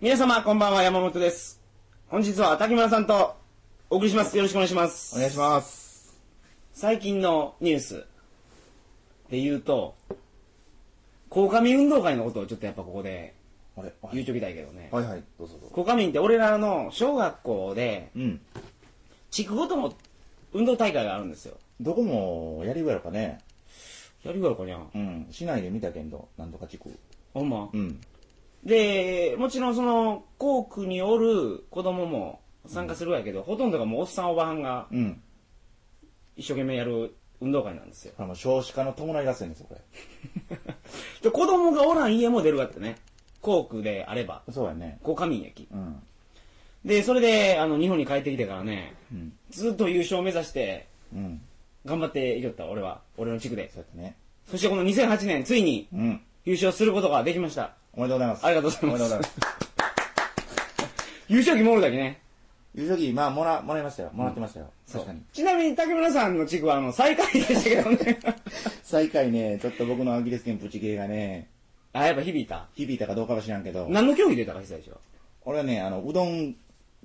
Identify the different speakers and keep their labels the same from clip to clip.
Speaker 1: 皆様、こんばんは、山本です。本日は滝村さんとお送りします。よろしくお願いします。
Speaker 2: お願いします。
Speaker 1: 最近のニュースで言うと、鴻上運動会のことをちょっとやっぱここで
Speaker 2: あれは
Speaker 1: 言う
Speaker 2: い
Speaker 1: ときたいけどね。
Speaker 2: はいはい、どうぞどうぞ。
Speaker 1: 鴻上って俺らの小学校で、
Speaker 2: うん。
Speaker 1: 地区ごとの運動大会があるんですよ。
Speaker 2: どこもやりよやろかね。
Speaker 1: やるやろかにゃ。
Speaker 2: うん。市内で見たけんど、なんとか地区。
Speaker 1: ほんま。
Speaker 2: うん。
Speaker 1: で、もちろんその、校区におる子供も参加するやけど、ほとんどがもうおっさんおばはんが
Speaker 2: うん。
Speaker 1: 一生懸命やる運動会なんですよ。
Speaker 2: あの、少子化の伴い合戦ですよ、こ
Speaker 1: で、子供がおらん家も出るわってね。校区であれば、
Speaker 2: れ。そうやね。
Speaker 1: 鴻上駅。
Speaker 2: うん。
Speaker 1: で、それで、あの、日本に帰ってきてからね、
Speaker 2: うん。
Speaker 1: ずっと優勝を目指して、
Speaker 2: うん。
Speaker 1: 頑張っていきよった、俺は。俺の地区で。
Speaker 2: そうやってね。
Speaker 1: そしてこの2008年、ついに
Speaker 2: うん。
Speaker 1: 優勝することができました。
Speaker 2: おめでとうございます。
Speaker 1: ありがとうございます
Speaker 2: おめでとうございます。
Speaker 1: 優勝旗もおるだけね。
Speaker 2: 優勝まあ、もら、もらいましたよ。もらってましたよ。
Speaker 1: そう
Speaker 2: 確かに。
Speaker 1: ちなみに、竹村さんの地区は、あの、最下位でしたけど ね。
Speaker 2: 最下位ね、ちょっと僕のアキレス腱プチ系がね、
Speaker 1: あ、やっぱ響いた。
Speaker 2: 響いたかどうかは知らんけど、
Speaker 1: 何の競技出たか久しょ
Speaker 2: 俺はね、あの、うどん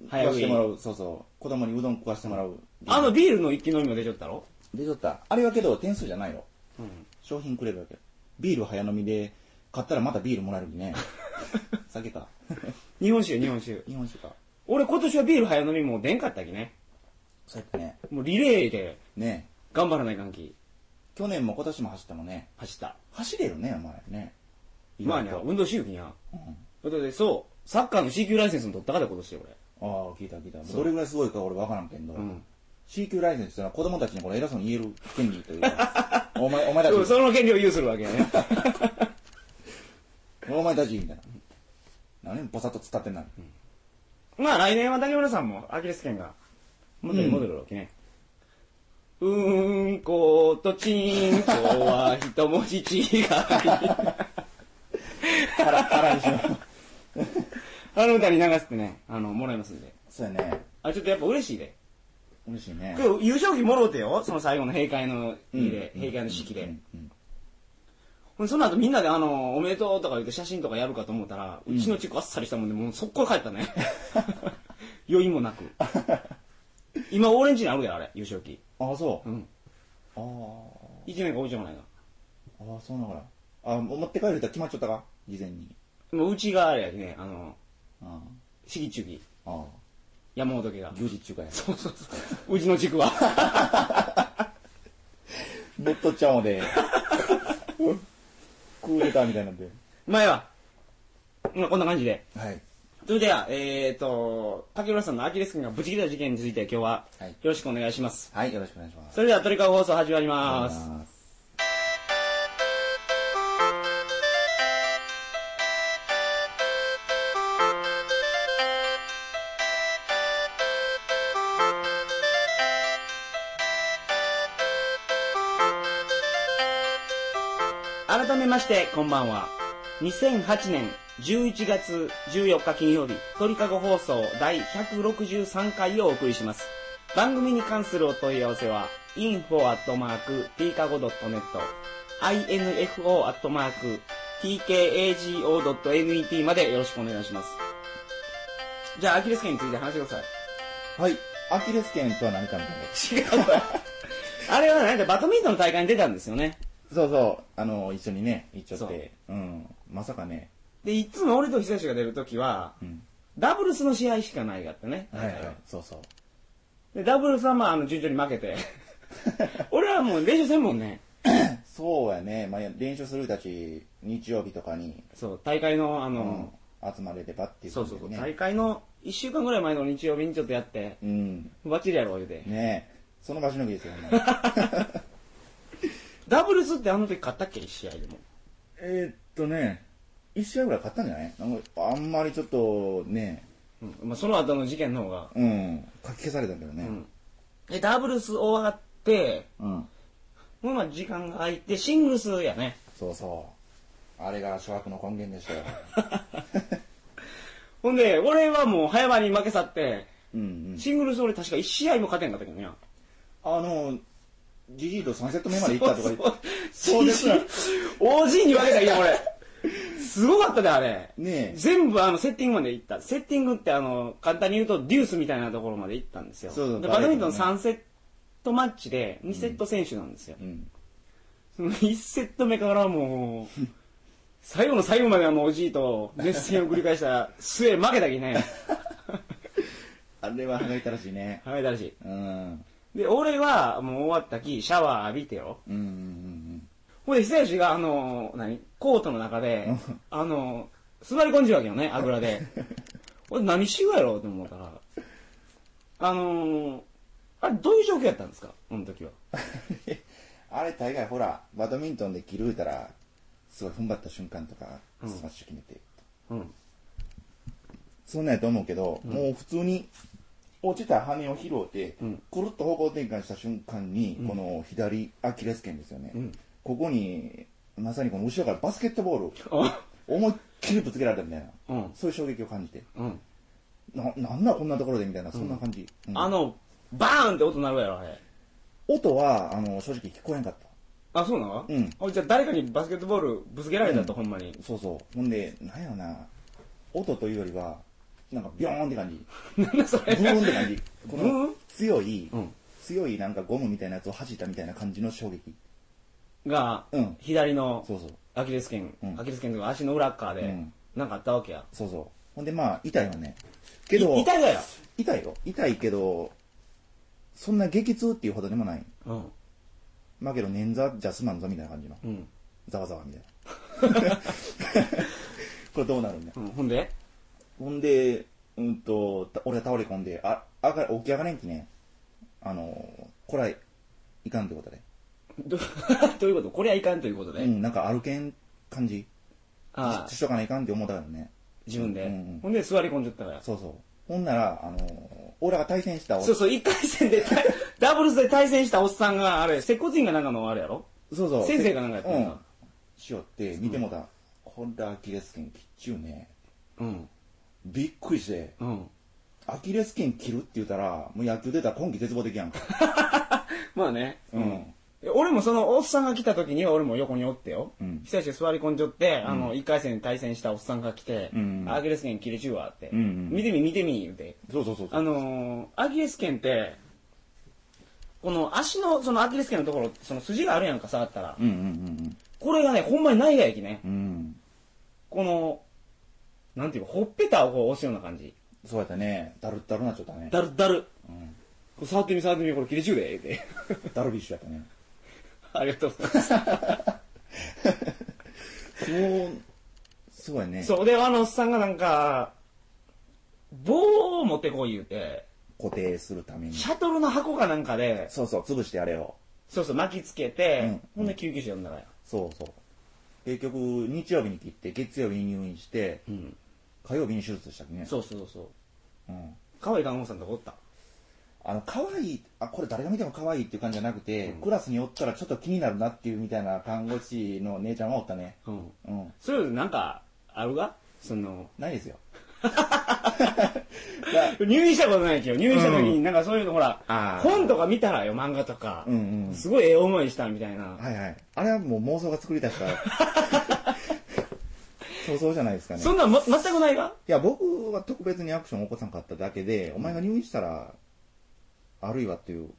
Speaker 2: 食
Speaker 1: 早
Speaker 2: わ
Speaker 1: 食
Speaker 2: し
Speaker 1: い
Speaker 2: てもらう。そうそう。子供にうどん食わしてもらう。
Speaker 1: あのビールの一気飲みも出ちゃったろ
Speaker 2: でちょった。あれはけど、点数じゃないよ。
Speaker 1: うん。
Speaker 2: 商品くれるわけビール早飲みで買ったらまたビールもらえる にね酒か
Speaker 1: 日本酒よ、日本酒。
Speaker 2: 日本酒か
Speaker 1: 俺今年はビール早飲みもう出んかったきね。
Speaker 2: そうやってね
Speaker 1: もうリレーで
Speaker 2: ねえ
Speaker 1: 頑張らない関係
Speaker 2: 去年も今年も走ったもんね
Speaker 1: 走った。
Speaker 2: 走れるねお前ね
Speaker 1: まあに
Speaker 2: ね
Speaker 1: ゃ、運動しゆきにゃ。
Speaker 2: うん、
Speaker 1: ということで、そう、サッカーの C 級ライセンスも取ったから今年俺。
Speaker 2: ああ聞いた聞いたどれぐらいすごいか俺分からんけんど、
Speaker 1: ん
Speaker 2: C 級ライセンスってのは子供たちにこれ偉そうに言える権利とい うかお前お前たち
Speaker 1: そうその権利を有するわけやね。
Speaker 2: お前たちみたいな何ぼさっと突っ立ってんな、
Speaker 1: まあ来年は竹村さんもアキレス腱が元に戻るわけね。うーんことちんこは一文字違い。
Speaker 2: 腹腹にしろ
Speaker 1: あの歌に流してね、あの、もらいますんで。
Speaker 2: そうやね
Speaker 1: あ、ちょっとやっぱ嬉しいで。
Speaker 2: 嬉しいね
Speaker 1: 今日優勝旗もろうてよ、その最後の閉会の
Speaker 2: うん
Speaker 1: 日で、閉会の式
Speaker 2: う
Speaker 1: で。
Speaker 2: んうん
Speaker 1: ほんでその後みんなであの、おめでとうとか言って写真とかやるかと思ったら、うちの地区あっさりしたもんで、もう速攻帰った ね。余韻もなく。今、俺んちにあるやあれ、優勝旗。
Speaker 2: ああそう、
Speaker 1: うん。
Speaker 2: ああ
Speaker 1: 1年間置いちゃもないな。
Speaker 2: ああ、そうなのかな。あもう持って帰るって決まっちゃったか事前に。
Speaker 1: もううちがあれやきね、あの、
Speaker 2: あ
Speaker 1: 四季中期、
Speaker 2: あ。あ
Speaker 1: 山本家が
Speaker 2: あ。。行事中かや。
Speaker 1: そうそうそう。うちの地区は。
Speaker 2: 乗っ取っちゃおうで。クーデターみたいなんで。
Speaker 1: 前は。まあこんな感じで。
Speaker 2: はい。
Speaker 1: それでは、えーと、竹村さんのアキレス腱がブチ切れた事件について今日は
Speaker 2: はい
Speaker 1: よろしくお願いします。
Speaker 2: はい、よろしくお願いします。
Speaker 1: それではトリカゴ放送始まります。改めまして、こんばんは。2008年11月14日金曜日、鳥かご放送第163回をお送りします。番組に関するお問い合わせは、info.tkago.net、info.tkago.net までよろしくお願いします。じゃあ、アキレス腱について話してくだ
Speaker 2: はい。アキレス腱とは何かみたいな。
Speaker 1: さい。違うわ。あれはなんだ、バドミントンの大会に出たんですよね。
Speaker 2: そうそう。あの、一緒にね、行っちゃっ
Speaker 1: そ
Speaker 2: て。うん。まさかね。
Speaker 1: で、いつも俺と久志が出るときは、
Speaker 2: うん。
Speaker 1: ダブルスの試合しかないがってね。
Speaker 2: はいはい。そうそう。
Speaker 1: で、ダブルスはまあ、あの、順調に負け て。俺はもう練習せんもんね。
Speaker 2: そうやね。まあ、練習する人たち、日曜日とかに、
Speaker 1: そう、大会の、あ
Speaker 2: う
Speaker 1: の
Speaker 2: ん、。集まれればっていう
Speaker 1: そ
Speaker 2: 感
Speaker 1: うそう
Speaker 2: じで
Speaker 1: そう、
Speaker 2: ね。
Speaker 1: 大会の1週間ぐらい前の日曜日にちょっとやって、
Speaker 2: うん。
Speaker 1: バッチリやろう言うて。
Speaker 2: ねえ。その場しのぎですよ、ほんまに
Speaker 1: ダブルスってあの時勝ったっけ ?1 試合でも。
Speaker 2: えーっとね、1試合ぐらい勝ったんじゃないなんかあんまりちょっとね、
Speaker 1: うん。まあ、その後の事件の方が。
Speaker 2: うん、書き消されたけど
Speaker 1: う
Speaker 2: ね。
Speaker 1: ん。で、ダブルス終わって、
Speaker 2: うん。
Speaker 1: もうまあ時間が空いて、シングルスやね。
Speaker 2: そうそう。あれが諸悪の根源でしたよ。
Speaker 1: ほんで、俺はもう早場に負け去って、
Speaker 2: うんうん。
Speaker 1: シングルス俺確か1試合も勝てんかったけどね。
Speaker 2: あの、ジジイと3セット目まで行ったとか言って
Speaker 1: そうです。OG に分けたらいいやん、俺。すごかったで、あれ。
Speaker 2: ねえ
Speaker 1: 全部あの、セッティングまで行った。セッティングってあの、簡単に言うと、デュースみたいなところまで行ったんですよ。
Speaker 2: そうそう
Speaker 1: で
Speaker 2: バ
Speaker 1: バ
Speaker 2: レ
Speaker 1: ド
Speaker 2: ー
Speaker 1: ミ
Speaker 2: ね
Speaker 1: ントン3セットマッチで、2セット選手なんですよ。
Speaker 2: うん。
Speaker 1: その1セット目からもう、最後の最後まであの、おじいと熱戦を繰り返した末、負けたきね。
Speaker 2: あれは歯が痛らしいね。
Speaker 1: はめたらしい。
Speaker 2: うん。
Speaker 1: で、俺はもう終わったき、シャワー浴びてよ。
Speaker 2: うんうんうん
Speaker 1: ほいで、久吉が、あの、何コートの中で、あの、座り込んじるわけよね、あぐら で。俺、何しようやろうと思ったら、あの、あれ、どういう状況やったんですかあの時は。
Speaker 2: うん。あれ大概ほら、バドミントンで切るうたら、すごい踏ん張った瞬間とか、
Speaker 1: うん
Speaker 2: スマッシュ決めて。
Speaker 1: うん。
Speaker 2: そんなんやと思うけど、もう普通に、落ちた羽を拾って、
Speaker 1: うん
Speaker 2: くるっと方向転換した瞬間に、この左アキレス腱ですよね。
Speaker 1: ん
Speaker 2: ここに、まさにこの後ろからバスケットボール、
Speaker 1: あ、
Speaker 2: 思いっきりぶつけられたみたいな、
Speaker 1: うん
Speaker 2: そういう衝撃を感じて、
Speaker 1: うん。
Speaker 2: な、なんだこんなところでみたいな、そんな感じ。うん
Speaker 1: あの、バーンって音鳴るやろ、あれ。
Speaker 2: 音は、あの、正直聞こえなかった。
Speaker 1: あ、そうなの
Speaker 2: うん
Speaker 1: あじゃあ、誰かにバスケットボールぶつけられたと、ほんまに。
Speaker 2: そうそう。ほんで、なんやろな、音というよりは、なんかビョーンって感じ。
Speaker 1: なんだそれ。
Speaker 2: ブーンって感じ。こ
Speaker 1: ブー
Speaker 2: の
Speaker 1: ン
Speaker 2: 強い、
Speaker 1: うん
Speaker 2: 強いなんかゴムみたいなやつを弾いたみたいな感じの衝撃。
Speaker 1: が
Speaker 2: うん、
Speaker 1: 左の
Speaker 2: そうそう。
Speaker 1: アキレス腱
Speaker 2: う、ん
Speaker 1: アキレス腱というか足の裏っ側
Speaker 2: う
Speaker 1: で
Speaker 2: ん、
Speaker 1: なんかあったわけや。
Speaker 2: そうそう。ほんでまあ、痛いわね。けど、
Speaker 1: い痛いだよ。
Speaker 2: 痛いよ。痛いけど、そんな激痛っていうほどでもない。
Speaker 1: うん。
Speaker 2: まあけど、捻挫じゃすまんぞみたいな感じの。
Speaker 1: うん。
Speaker 2: ざわざわみた いな。 これどうなるんだ
Speaker 1: うん、ほんで
Speaker 2: ほんで、うんと、た俺は倒れ込んで、あ、あが、起き上がれんきね。あの、こらい、いかんってことで。
Speaker 1: ど どういうことこれはいかんということで。
Speaker 2: うん、なんか歩けん感じ。
Speaker 1: ああ
Speaker 2: ししとかないかんって思ったからね。
Speaker 1: 自分で、
Speaker 2: うんうん
Speaker 1: ほんで座り込んじゃったから。
Speaker 2: そうそう。ほんなら、あの、俺らが対戦したお
Speaker 1: そうそう、一回戦で対、 ダブルスで対戦したおっさんが、あれ、接骨院がなんかのあれやろ
Speaker 2: そうそう。
Speaker 1: 先生がなんかやってんな
Speaker 2: うん。しよって、見てもうた。これアキレス腱切っちゅうね。
Speaker 1: うん。
Speaker 2: びっくりして、
Speaker 1: うん。
Speaker 2: アキレス腱切るって言ったら、もう野球出たら今季絶望的やんか。
Speaker 1: まあね。
Speaker 2: うん。
Speaker 1: 俺もそのおっさんが来た時には俺も横におってよ。
Speaker 2: うん
Speaker 1: 久し座り込んじょって、あの、一回戦で対戦したおっさんが来て、
Speaker 2: うん
Speaker 1: アキレス腱切れちゅうわって、
Speaker 2: うんうん
Speaker 1: 見てみ見てみ言うて。
Speaker 2: そうそうそうそう。
Speaker 1: あのー、アキレス腱って、この足の、そのアキレス腱のところ、その筋があるやんか、触ったら。
Speaker 2: うんうん
Speaker 1: これがね、ほんまにないがやきね。
Speaker 2: うんうん。うん。
Speaker 1: この、なんていうか、ほっぺたをこう押すような感じ。
Speaker 2: そうやったね。だるったるなっちゃったね。
Speaker 1: だるだる。
Speaker 2: うん
Speaker 1: これ触ってみ触ってみ、これ切れちゅうで、って。
Speaker 2: ダルビッシュやったね。
Speaker 1: ありがとうございます。
Speaker 2: そう、そうや ね。
Speaker 1: そう、で、あのおっさんがなんか、棒を持ってこい言うて、
Speaker 2: 固定するために。
Speaker 1: シャトルの箱かなんかで、
Speaker 2: そうそう、潰してあれを。
Speaker 1: そうそう巻きつけて、
Speaker 2: うん
Speaker 1: ほんで救急車呼んだから。
Speaker 2: そうそう。結局、日曜日に切って、月曜日に入院して、
Speaker 1: うん。
Speaker 2: 火曜日に手術したっけね。
Speaker 1: そうそうそう。
Speaker 2: うん。
Speaker 1: 可愛い看護師さんとこおった。
Speaker 2: あの、可愛い、あ、これ誰が見ても可愛いっていう感じじゃなくて、クラスにおったらちょっと気になるなっていうみたいな看護師の姉ちゃんがおったね。
Speaker 1: うん。
Speaker 2: うん。
Speaker 1: そういうのなんか、あるがその、
Speaker 2: ない ですよ。
Speaker 1: 入院したことないけど、入院した時になんかそういうのほら、
Speaker 2: あー
Speaker 1: 本とか見たらよ、漫画とか、
Speaker 2: うんうん
Speaker 1: すごいええ思いしたみたいな。
Speaker 2: はいはい。あれはもう妄想が作り出した。 想像じゃないですかね。
Speaker 1: そんなん、ま、全くないが
Speaker 2: いや、僕は特別にアクションを起こさなかっただけで、お前が入院したら、あるいはっていう。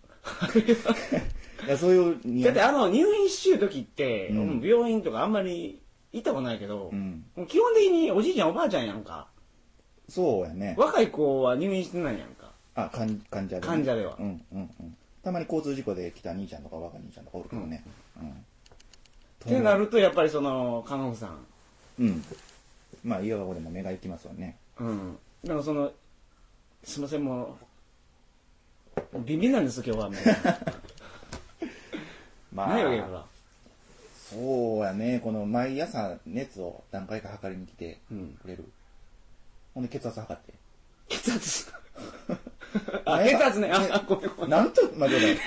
Speaker 2: いや、そういうに
Speaker 1: だってあの、入院しちゅう時って、
Speaker 2: うん
Speaker 1: うん病院とかあんまり行ったことないけど、
Speaker 2: うん
Speaker 1: もう基本的におじいちゃんおばあちゃんやんか。
Speaker 2: そうやね。
Speaker 1: 若い子は入院してないやんか。
Speaker 2: あ、患患者で、
Speaker 1: 患者では
Speaker 2: うんうんうん。たまに交通事故で来た兄ちゃんとか若い兄ちゃんとかおるけどね。うん。
Speaker 1: ってなると、やっぱりその、看護婦さん。
Speaker 2: うん。まあ、いわばこでも目が行きますわね。
Speaker 1: うん。なんかその、すいません、もう、ビビンなんですよ、今日は。もう
Speaker 2: まあ、
Speaker 1: ないわけだから。
Speaker 2: そうやね。この毎朝熱を何回か測りに来て
Speaker 1: うん
Speaker 2: くれる。ほんで血圧測って。
Speaker 1: 血圧。 あ、血圧ね。あ、ごめんごめん。
Speaker 2: なんと、まあ、どうだろう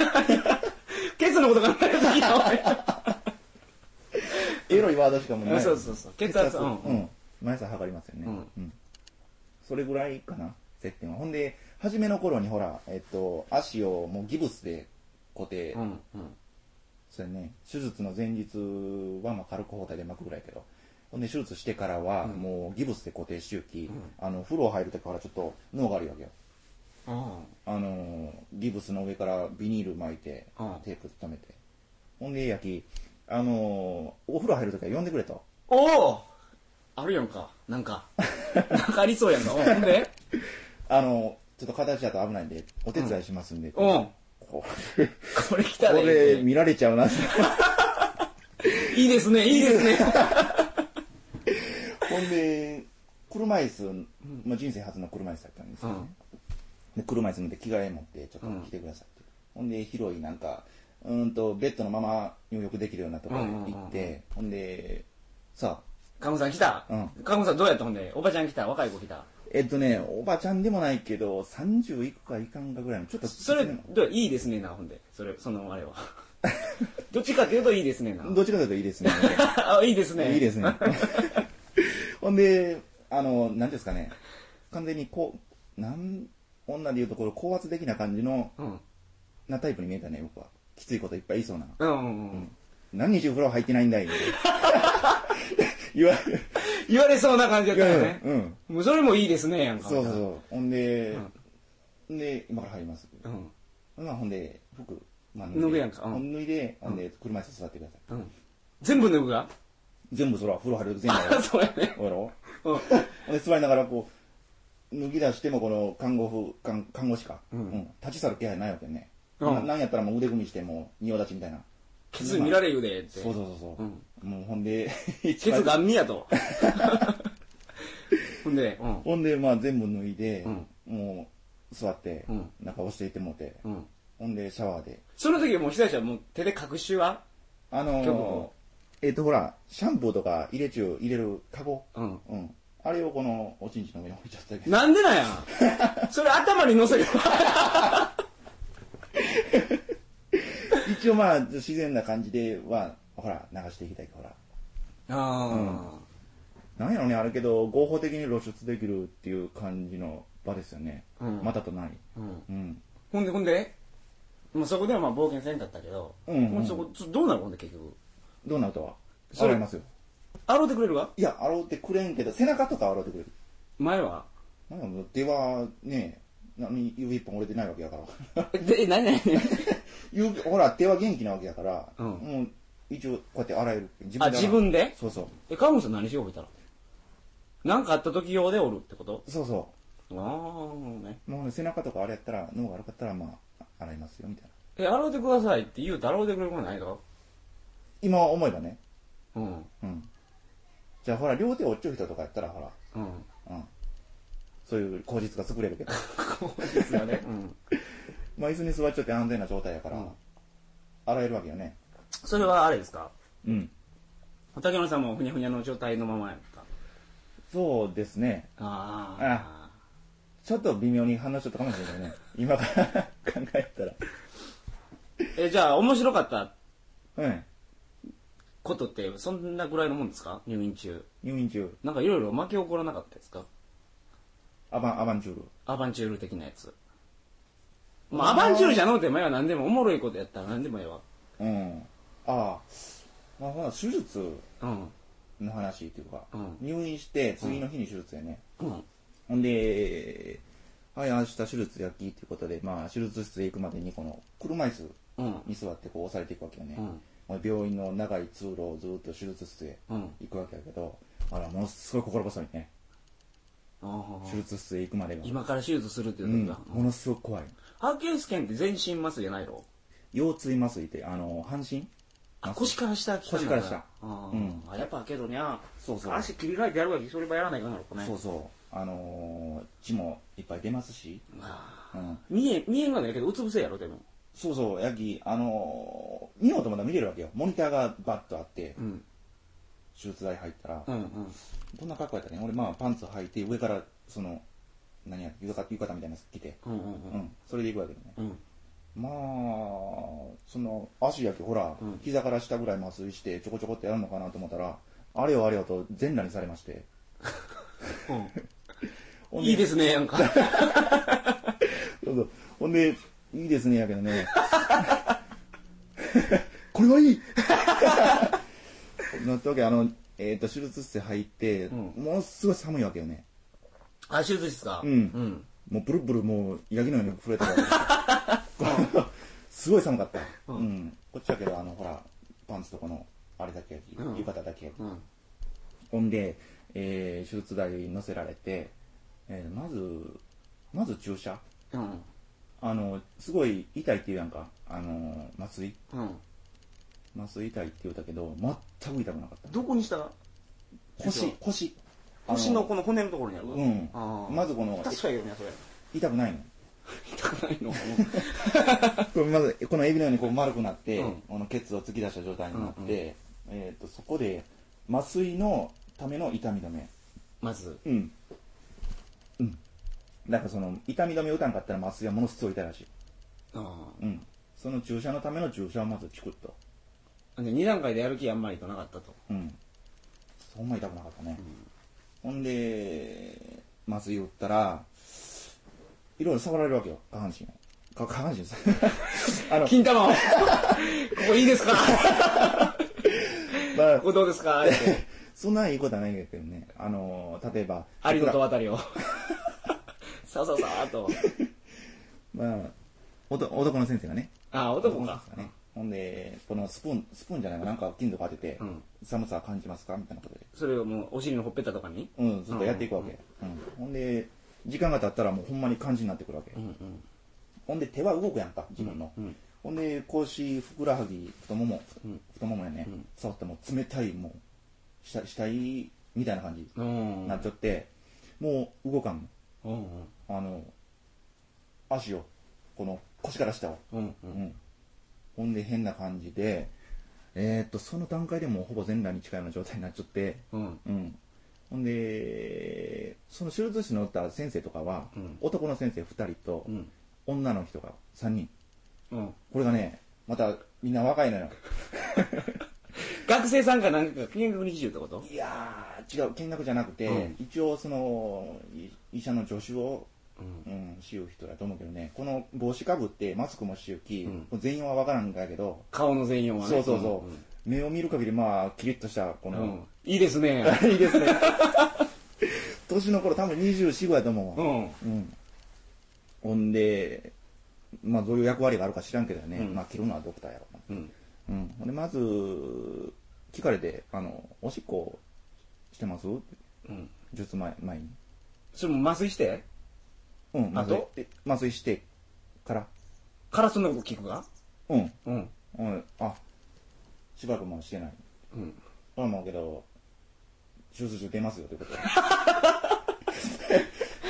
Speaker 1: 血のこと考えるとき だ、
Speaker 2: エロいワードしかもうない。
Speaker 1: そうそうそう血圧
Speaker 2: う
Speaker 1: うんん。
Speaker 2: 毎朝測りますよね。
Speaker 1: うん
Speaker 2: うんそれぐらいかな、接点は。ほんで、初めの頃にほら、えっと、足をもうギブスで固定。
Speaker 1: 俺。うん、うん。
Speaker 2: それね、手術の前日はまあ軽く包帯で巻くぐらいやけど、ほんで手術してからは、もうギブスで固定周期、あの風呂入る時からちょっと脳があるわけよ
Speaker 1: あ
Speaker 2: あのーギブスの上からビニール巻いて、
Speaker 1: うん
Speaker 2: テープで留めてほんでやきあのーお風呂入る時は呼んでくれと
Speaker 1: おおあるやんか。なんか。なんかありそうやん か。うんほんで
Speaker 2: あのーちょっと形だと危ないんでお手伝いしますんで、
Speaker 1: うん。
Speaker 2: これ
Speaker 1: これ来た
Speaker 2: こ
Speaker 1: らいいね
Speaker 2: れ見られちゃうなって
Speaker 1: いいですね、いいですね。
Speaker 2: ほんで車椅子、まあ、人生初の車椅子だったんですけどね、で車椅子乗って着替え持ってちょっと来てくださいって、ほんで広いなんかうーんとベッドのまま入浴できるようなところに行って、ほんでさあ
Speaker 1: カムさん来た
Speaker 2: うん
Speaker 1: カムさんどうやったほんで。おばちゃん来た若い子来た
Speaker 2: えっとね、おばちゃんでもないけど、30いくかいかんかぐらいの、ちょっと、
Speaker 1: それ、どういいですねな、ほんで。それ、そのあれは。 どっちかっていうといいですねな。
Speaker 2: どっちかというといいですね。
Speaker 1: あ、いいですね。
Speaker 2: いいです ね。ほんで、あの、なんていうんですかね、完全にこう、なん、女でいうところ、高圧的な感じの、
Speaker 1: うん。
Speaker 2: なタイプに見えたね、僕は。きついこといっぱい言いそうな。
Speaker 1: うんうんうん。
Speaker 2: 何日お風呂入ってないんだ い言わ
Speaker 1: 言われそうな感じだっ
Speaker 2: 言
Speaker 1: た
Speaker 2: わ
Speaker 1: よ
Speaker 2: れ
Speaker 1: ね。
Speaker 2: る。うん。
Speaker 1: もうそれもいいですね、やんか。
Speaker 2: そうそうそう。ほんで、で、今から入ります。
Speaker 1: うん。
Speaker 2: まあ、ほんで、服、まあ、
Speaker 1: 脱ぐやんかうん
Speaker 2: 脱いで、ほんで、車椅子座ってください。
Speaker 1: うん。全部脱ぐが
Speaker 2: 全部そら、風呂入ると全部 やろ。
Speaker 1: そうやね。
Speaker 2: やろ
Speaker 1: うん。
Speaker 2: ほんで、座りながら、こう、脱ぎ出しても、この、看護婦、看看護師か、うん立ち去る気配ないわけね。
Speaker 1: うん
Speaker 2: ななんやったらもう腕組みして、もう、仁王立ちみたいな。
Speaker 1: ケツ見られ言うでって。
Speaker 2: そうそうそうそう。
Speaker 1: うん
Speaker 2: もう、ほんで、 一
Speaker 1: ケ
Speaker 2: 番
Speaker 1: ツがんみや と。ほんで、うん。
Speaker 2: ほんで、まあ、全部脱いで、
Speaker 1: うん
Speaker 2: もう、座って、
Speaker 1: うん
Speaker 2: なんか押していってもうて、
Speaker 1: うん。
Speaker 2: ほんで、シャワーで。
Speaker 1: その時もう被災者はもう手で隠しは
Speaker 2: あの
Speaker 1: 今日こ
Speaker 2: ー、えっ、と、ほら、シャンプーとか入れ中入れるカゴ。
Speaker 1: うん。
Speaker 2: うん。あれをこの、おちんちんの上に置いちゃった けど。
Speaker 1: なんでなん や。それ頭に乗せる
Speaker 2: 一応まあ、自然な感じでは、ほら、流していきたいから。
Speaker 1: あ
Speaker 2: なんやろね、あれけど、合法的に露出できるっていう感じの場ですよね。
Speaker 1: うん
Speaker 2: またとない。
Speaker 1: あ。うん。
Speaker 2: うん。
Speaker 1: ほんで、ほんで、まあそこではまあ冒険せんかったけど、
Speaker 2: うんうん
Speaker 1: もそこ、そどうなるほんで結局。
Speaker 2: どうなるとは
Speaker 1: それ
Speaker 2: 洗いますよ。
Speaker 1: 洗うてくれるわ
Speaker 2: いや、洗うてくれんけど、背中とか洗うてくれる。
Speaker 1: 前は。
Speaker 2: なんやもう手は、ね、何、指一本折れてないわけやから。
Speaker 1: えで、なになに
Speaker 2: 指、ほら、手は元気なわけやから、
Speaker 1: うん
Speaker 2: もう、一応、こうやって洗える。自
Speaker 1: あ、
Speaker 2: で洗う
Speaker 1: 自分で
Speaker 2: そうそう。
Speaker 1: え、カモさん何しよう置いたら。なんかあった時用でおるってこと
Speaker 2: そうそ
Speaker 1: ああ、ね。
Speaker 2: う。もうね、背中とかあれやったら、脳が悪かったら、まあ、洗いますよ、みたいな。
Speaker 1: え、洗うてくださいって言うと洗うてくれるもんないぞ。
Speaker 2: 今思えばね。
Speaker 1: うん。
Speaker 2: うん。じゃあ、ほら、両手折っちょる人とかやったら、ほら、
Speaker 1: うん。
Speaker 2: うん。そういう口実が作れるけど。
Speaker 1: こうですよね。うん。
Speaker 2: まあ、椅子に座っちゃって安全な状態やから、
Speaker 1: うん
Speaker 2: 洗えるわけよね。
Speaker 1: それはあれですか
Speaker 2: うん。
Speaker 1: 竹野さんもふにゃふにゃの状態のままやった。
Speaker 2: そうですね。
Speaker 1: ああ
Speaker 2: あ。ちょっと微妙に反応しちゃったかもしれないね。今から考えたら。
Speaker 1: え、じゃあ面白かった
Speaker 2: うん。
Speaker 1: ことってそんなぐらいのもんですか入院中。
Speaker 2: 入院中、
Speaker 1: なんかいろいろ負け起こらなかったですか
Speaker 2: アバン、アバンチュール。
Speaker 1: アバンチュール的なやつ。まあ、アバンチュールじゃのうて前は何でもおもろいことやったら何でもええわ。
Speaker 2: うん。ああ。まあ、ほら、手術
Speaker 1: うん。
Speaker 2: の話っていうか、
Speaker 1: うん
Speaker 2: 入院して次の日に手術やね。
Speaker 1: うん。
Speaker 2: ほんで、はい、明日手術やきっていうことで、まあ、手術室へ行くまでに、この、車椅子
Speaker 1: うん。
Speaker 2: に座ってこう押されていくわけよね、
Speaker 1: うん
Speaker 2: まあ病院の長い通路をずっと手術室へ
Speaker 1: うん
Speaker 2: 行くわけだけど、あらものすごい心細いね
Speaker 1: あー
Speaker 2: 手術室へ行くまでが、
Speaker 1: 今から手術するって言
Speaker 2: う
Speaker 1: うん
Speaker 2: ん、
Speaker 1: だった。
Speaker 2: ものすごく怖い
Speaker 1: ハーキュス腱って全身麻酔じゃないの
Speaker 2: 腰椎麻酔ってあの半身
Speaker 1: あ、腰から下来たんだ
Speaker 2: 腰から下
Speaker 1: あ
Speaker 2: う
Speaker 1: ー
Speaker 2: ん
Speaker 1: あ、やっぱけどにゃ、
Speaker 2: そうそう
Speaker 1: 足切り替えてやるわけ、そればやらないかんやろかね。
Speaker 2: そうそうあのー血もいっぱい出ますし、
Speaker 1: あ
Speaker 2: うん、
Speaker 1: ー見え、見えんがないけど、うつ伏せやろ、でも。
Speaker 2: そうそうヤギあのー、見ようとまだ見れるわけよモニターがバッとあって、
Speaker 1: うん。
Speaker 2: 手術台入ったら、
Speaker 1: うんうん。
Speaker 2: どんな格好やったね俺まあパンツ履いて上からその何や浴衣浴衣みたいなやつ着て、
Speaker 1: うんうん
Speaker 2: うんそれで行くわけよね、
Speaker 1: うん。うん。
Speaker 2: まあ、その足やけほら、
Speaker 1: うん
Speaker 2: 膝から下ぐらい麻酔してちょこちょこってやるのかなと思ったら、あれよあれよと全裸にされまして。ほん
Speaker 1: いいですね、なんか。
Speaker 2: そうそう ほんで、いいですねやけどね。 これはいい なったわけ、あの、えっ、と、手術室入って、
Speaker 1: う
Speaker 2: ものすごい寒いわけよね。
Speaker 1: あ、手術室か。
Speaker 2: うん
Speaker 1: うん。
Speaker 2: もうブルブルもう、ヤギのように震えてたわけこう すごい寒かった。
Speaker 1: うん
Speaker 2: うん。こっちだけど、あの、ほら、パンツとこの、あれだけやき、
Speaker 1: うん
Speaker 2: 浴衣だけやき。
Speaker 1: うん。
Speaker 2: ほんで、えー手術台に乗せられて、えーまず、まず注射。
Speaker 1: うん。
Speaker 2: あの、すごい痛いって言うやんか。あの、麻酔
Speaker 1: うん。
Speaker 2: 麻酔痛いって言うたけど、全く痛くなかった。
Speaker 1: どこにした
Speaker 2: 腰、腰。
Speaker 1: 腰の
Speaker 2: こ
Speaker 1: この骨のところにある
Speaker 2: う。ん
Speaker 1: あ。ー
Speaker 2: まずこの、
Speaker 1: 確かやけどね、それ。
Speaker 2: 痛くないの。
Speaker 1: 痛くないの。
Speaker 2: これまず、このエビのようにこう丸くなって、
Speaker 1: うん
Speaker 2: このケツを突き出した状態になって、えっと、そこで、麻酔のための痛み止め。
Speaker 1: まず。
Speaker 2: うん。うん。なんかその、痛み止め打たんかったら麻酔はものすごい痛いらしい。
Speaker 1: あ
Speaker 2: うん。その注射のための注射をまずチクッと。
Speaker 1: あ。で、2段階でやる気あんまりとなかったと。
Speaker 2: うん。そんな痛くなかったね。ほんで、麻酔打ったら、いろいろ触られるわけよ、下半身を。か下半身です あの、
Speaker 1: 金玉を ここいいですか
Speaker 2: まあ
Speaker 1: ここどうですかって。
Speaker 2: そんなんいいことはないんだけどね。あの、例えば、
Speaker 1: ありのと渡りを。さあさあさあと。
Speaker 2: まあ、おと男の先生がね。
Speaker 1: ああ、男か。
Speaker 2: 先生がね。ほんで、このスプーン、スプーンじゃないか、なんか金属当てて、
Speaker 1: うん
Speaker 2: 寒さ感じますかみたいなことで。
Speaker 1: それをもうお尻のほっぺたとかに。
Speaker 2: うん、ずっとやっていくわけ。うん。ほんで、時間が経ったらもうほんまに感じになってくるわけ。
Speaker 1: うんうん。
Speaker 2: ほんで手は動くやんか、自分の。
Speaker 1: うん
Speaker 2: ほんで、腰、ふくらはぎ、太もも、
Speaker 1: うん
Speaker 2: 太ももやね、
Speaker 1: うん
Speaker 2: 触ってもう冷たい、もう、死死体みたいな感じ
Speaker 1: う
Speaker 2: に
Speaker 1: ん。
Speaker 2: なっちゃって、もう動かん
Speaker 1: うんうん。
Speaker 2: の。あの、足を、この腰から下を。
Speaker 1: うんう。
Speaker 2: うんん。ほんで変な感じで、えー、っと、その段階でもうほぼ全裸に近いような状態になっちゃって、
Speaker 1: うん。
Speaker 2: うん。ほんで、その手術室におった先生とかは、
Speaker 1: うん
Speaker 2: 男の先生2人と
Speaker 1: う、ん。
Speaker 2: 女の人が3人。
Speaker 1: うん。
Speaker 2: これがね、またみんな若いのよ。
Speaker 1: 学生さんかなんかが見学日中ってこと
Speaker 2: いやー、違う、見学じゃなくて、
Speaker 1: うん
Speaker 2: 一応その、い医者の助手を、
Speaker 1: うん。
Speaker 2: うん、しよう人だと思うけどね、この帽子かぶってマスクもしよき、
Speaker 1: うん
Speaker 2: これ全員はわからんだけど、
Speaker 1: 顔の全容はね。
Speaker 2: そうそうそう、
Speaker 1: ん
Speaker 2: 目を見る限りまあ、キリッとした、こ
Speaker 1: うん。う
Speaker 2: の
Speaker 1: ん、いいです ね。
Speaker 2: いいですね。年の頃多分24、5やと思う
Speaker 1: う
Speaker 2: わ。
Speaker 1: ん。
Speaker 2: うん。ほんで、まあどういう役割があるか知らんけどね、
Speaker 1: うん
Speaker 2: まあ着るのはドクターやろうな。
Speaker 1: うん。
Speaker 2: うん、ほんでまず聞かれてあの「おしっこしてます?」って
Speaker 1: うん。
Speaker 2: 術前前に
Speaker 1: それも麻酔して
Speaker 2: うん
Speaker 1: あ
Speaker 2: 麻酔
Speaker 1: と
Speaker 2: え麻酔してから
Speaker 1: からそんなこと聞くが
Speaker 2: うん、
Speaker 1: うん。
Speaker 2: うん、あしばらくもうしてない
Speaker 1: うん。
Speaker 2: それはもうけど手術中出ますよってこと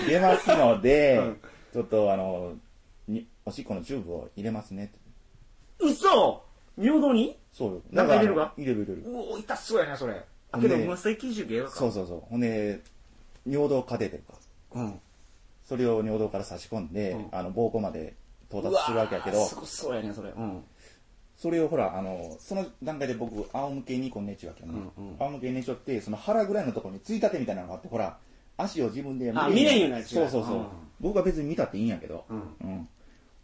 Speaker 2: 出ますので、
Speaker 1: うん
Speaker 2: ちょっとあのにおしっこのチューブを入れますねって
Speaker 1: 嘘尿道に
Speaker 2: そうよ
Speaker 1: なんか入れるか
Speaker 2: だら入れる入れる
Speaker 1: うお、痛そうやな、それ。あ、
Speaker 2: ほん
Speaker 1: け
Speaker 2: で
Speaker 1: ど、麻酔基準がええわか。
Speaker 2: そうそうそうほんで尿道カテーテルか
Speaker 1: うん。
Speaker 2: それを尿道から差し込んで、
Speaker 1: うん
Speaker 2: あの膀胱まで到達するわけやけ
Speaker 1: う
Speaker 2: ど
Speaker 1: ーすごそうやね、それ。うん。
Speaker 2: それをほらあのその段階で僕仰向けにこう寝ちゃうわけよね、
Speaker 1: うんうん
Speaker 2: 仰向けに寝ちゃってその腹ぐらいのところについたてみたいなのがあってほら足を自分で
Speaker 1: あ見れんようになっちゃ
Speaker 2: そううそうそ
Speaker 1: う
Speaker 2: う、
Speaker 1: ん
Speaker 2: 僕は別に見たっていいんやけど、
Speaker 1: うん。
Speaker 2: うん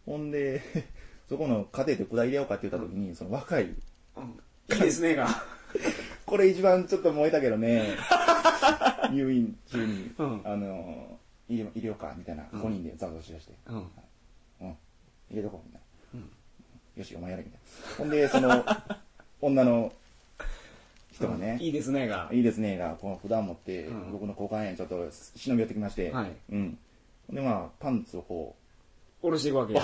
Speaker 2: ほんで そこの家庭で砕いれようかって言った時に、その若い
Speaker 1: いいですね、が。
Speaker 2: これ一番ちょっと燃えたけど ね入院中に、
Speaker 1: うん
Speaker 2: あの入れ入れようかみたいな5人でざわざわしだして、
Speaker 1: うん。
Speaker 2: うん、入れとこうみたいな、よしお前やれみたいなほんでその女の人がね、
Speaker 1: いいですね、が。
Speaker 2: いいですねがこの札を持って、
Speaker 1: うん
Speaker 2: 僕の交換園ちょっと忍び寄ってきまして、
Speaker 1: はい
Speaker 2: うん、ほんでまあパンツをこ
Speaker 1: おろしていくわけや。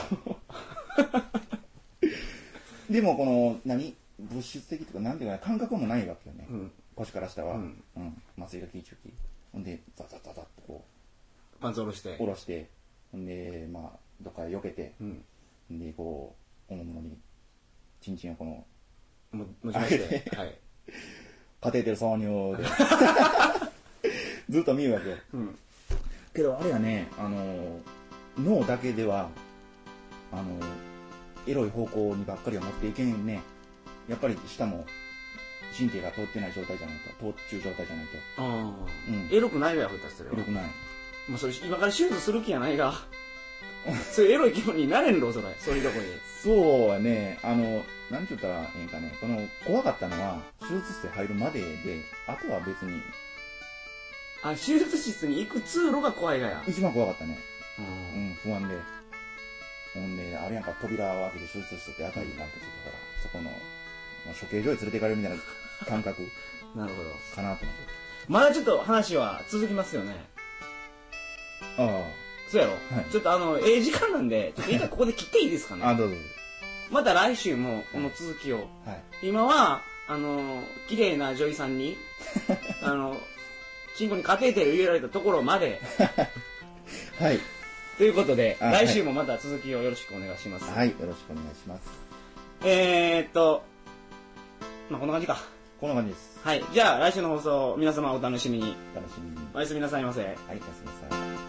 Speaker 2: うでもこの何物質的とかなんていうかな感覚もないわけよね、
Speaker 1: うん
Speaker 2: 腰から下は、
Speaker 1: う
Speaker 2: うんん麻酔が効いちゅうきほんでザザザザってこ
Speaker 1: パンツおろして
Speaker 2: う。下ろしてほんでまあどっかへ避けて
Speaker 1: う、ん。
Speaker 2: ほんでこうおもむろにチンチンをこの
Speaker 1: も、持ちまして。はい。
Speaker 2: カテーテル挿入 で。ずっと見るわけよ。
Speaker 1: うん。
Speaker 2: けどあれはね、あの、脳だけでは、あの、エロい方向にばっかりは持っていけんね。やっぱり舌も神経が通ってない状態じゃないと、通っちゅう状態じゃないと、
Speaker 1: あ
Speaker 2: うん
Speaker 1: あ。エロくないわよ、ふたそれ
Speaker 2: エロ
Speaker 1: は
Speaker 2: く。ない。
Speaker 1: まあ、それ、今から手術する気やないが。 それエロい気分になれんろそれそういうとこに
Speaker 2: そうやね、あの、なんて言ったらええんかね、この、怖かったのは、手術室入るまでで、あとは別に、
Speaker 1: あ手術室に行く通路が怖いがや、
Speaker 2: 一番怖かったね。
Speaker 1: う
Speaker 2: うんん、不安で。ほんで、あれやんか、扉を開けて手術室って赤いランプついてたから、そこの、まあ処刑場へ連れて行かれるみたいな感覚
Speaker 1: なるほど
Speaker 2: かなと思って。
Speaker 1: まだちょっと話は続きますよね
Speaker 2: あ
Speaker 1: そうやろ、
Speaker 2: はい
Speaker 1: ちょっとあのええ時間なんでちょっと一回ここで切っていいですかね
Speaker 2: あ、あ、どうぞどうぞ。
Speaker 1: また来週もこの続きを
Speaker 2: はい。
Speaker 1: 今はあの綺麗な女医さん にあのチンコにカテーテル入れられたところまで
Speaker 2: はい。
Speaker 1: ということで
Speaker 2: あはい
Speaker 1: 来週もまた続きをよろしくお願いします、
Speaker 2: はい、よろしくお願いします。
Speaker 1: えー、っとまあこんな感じか
Speaker 2: こんな感じです。
Speaker 1: はいじゃあ来週の放送皆様お楽しみに
Speaker 2: 楽しみに。
Speaker 1: おやすみなさいませ
Speaker 2: はい、おやすみなさい。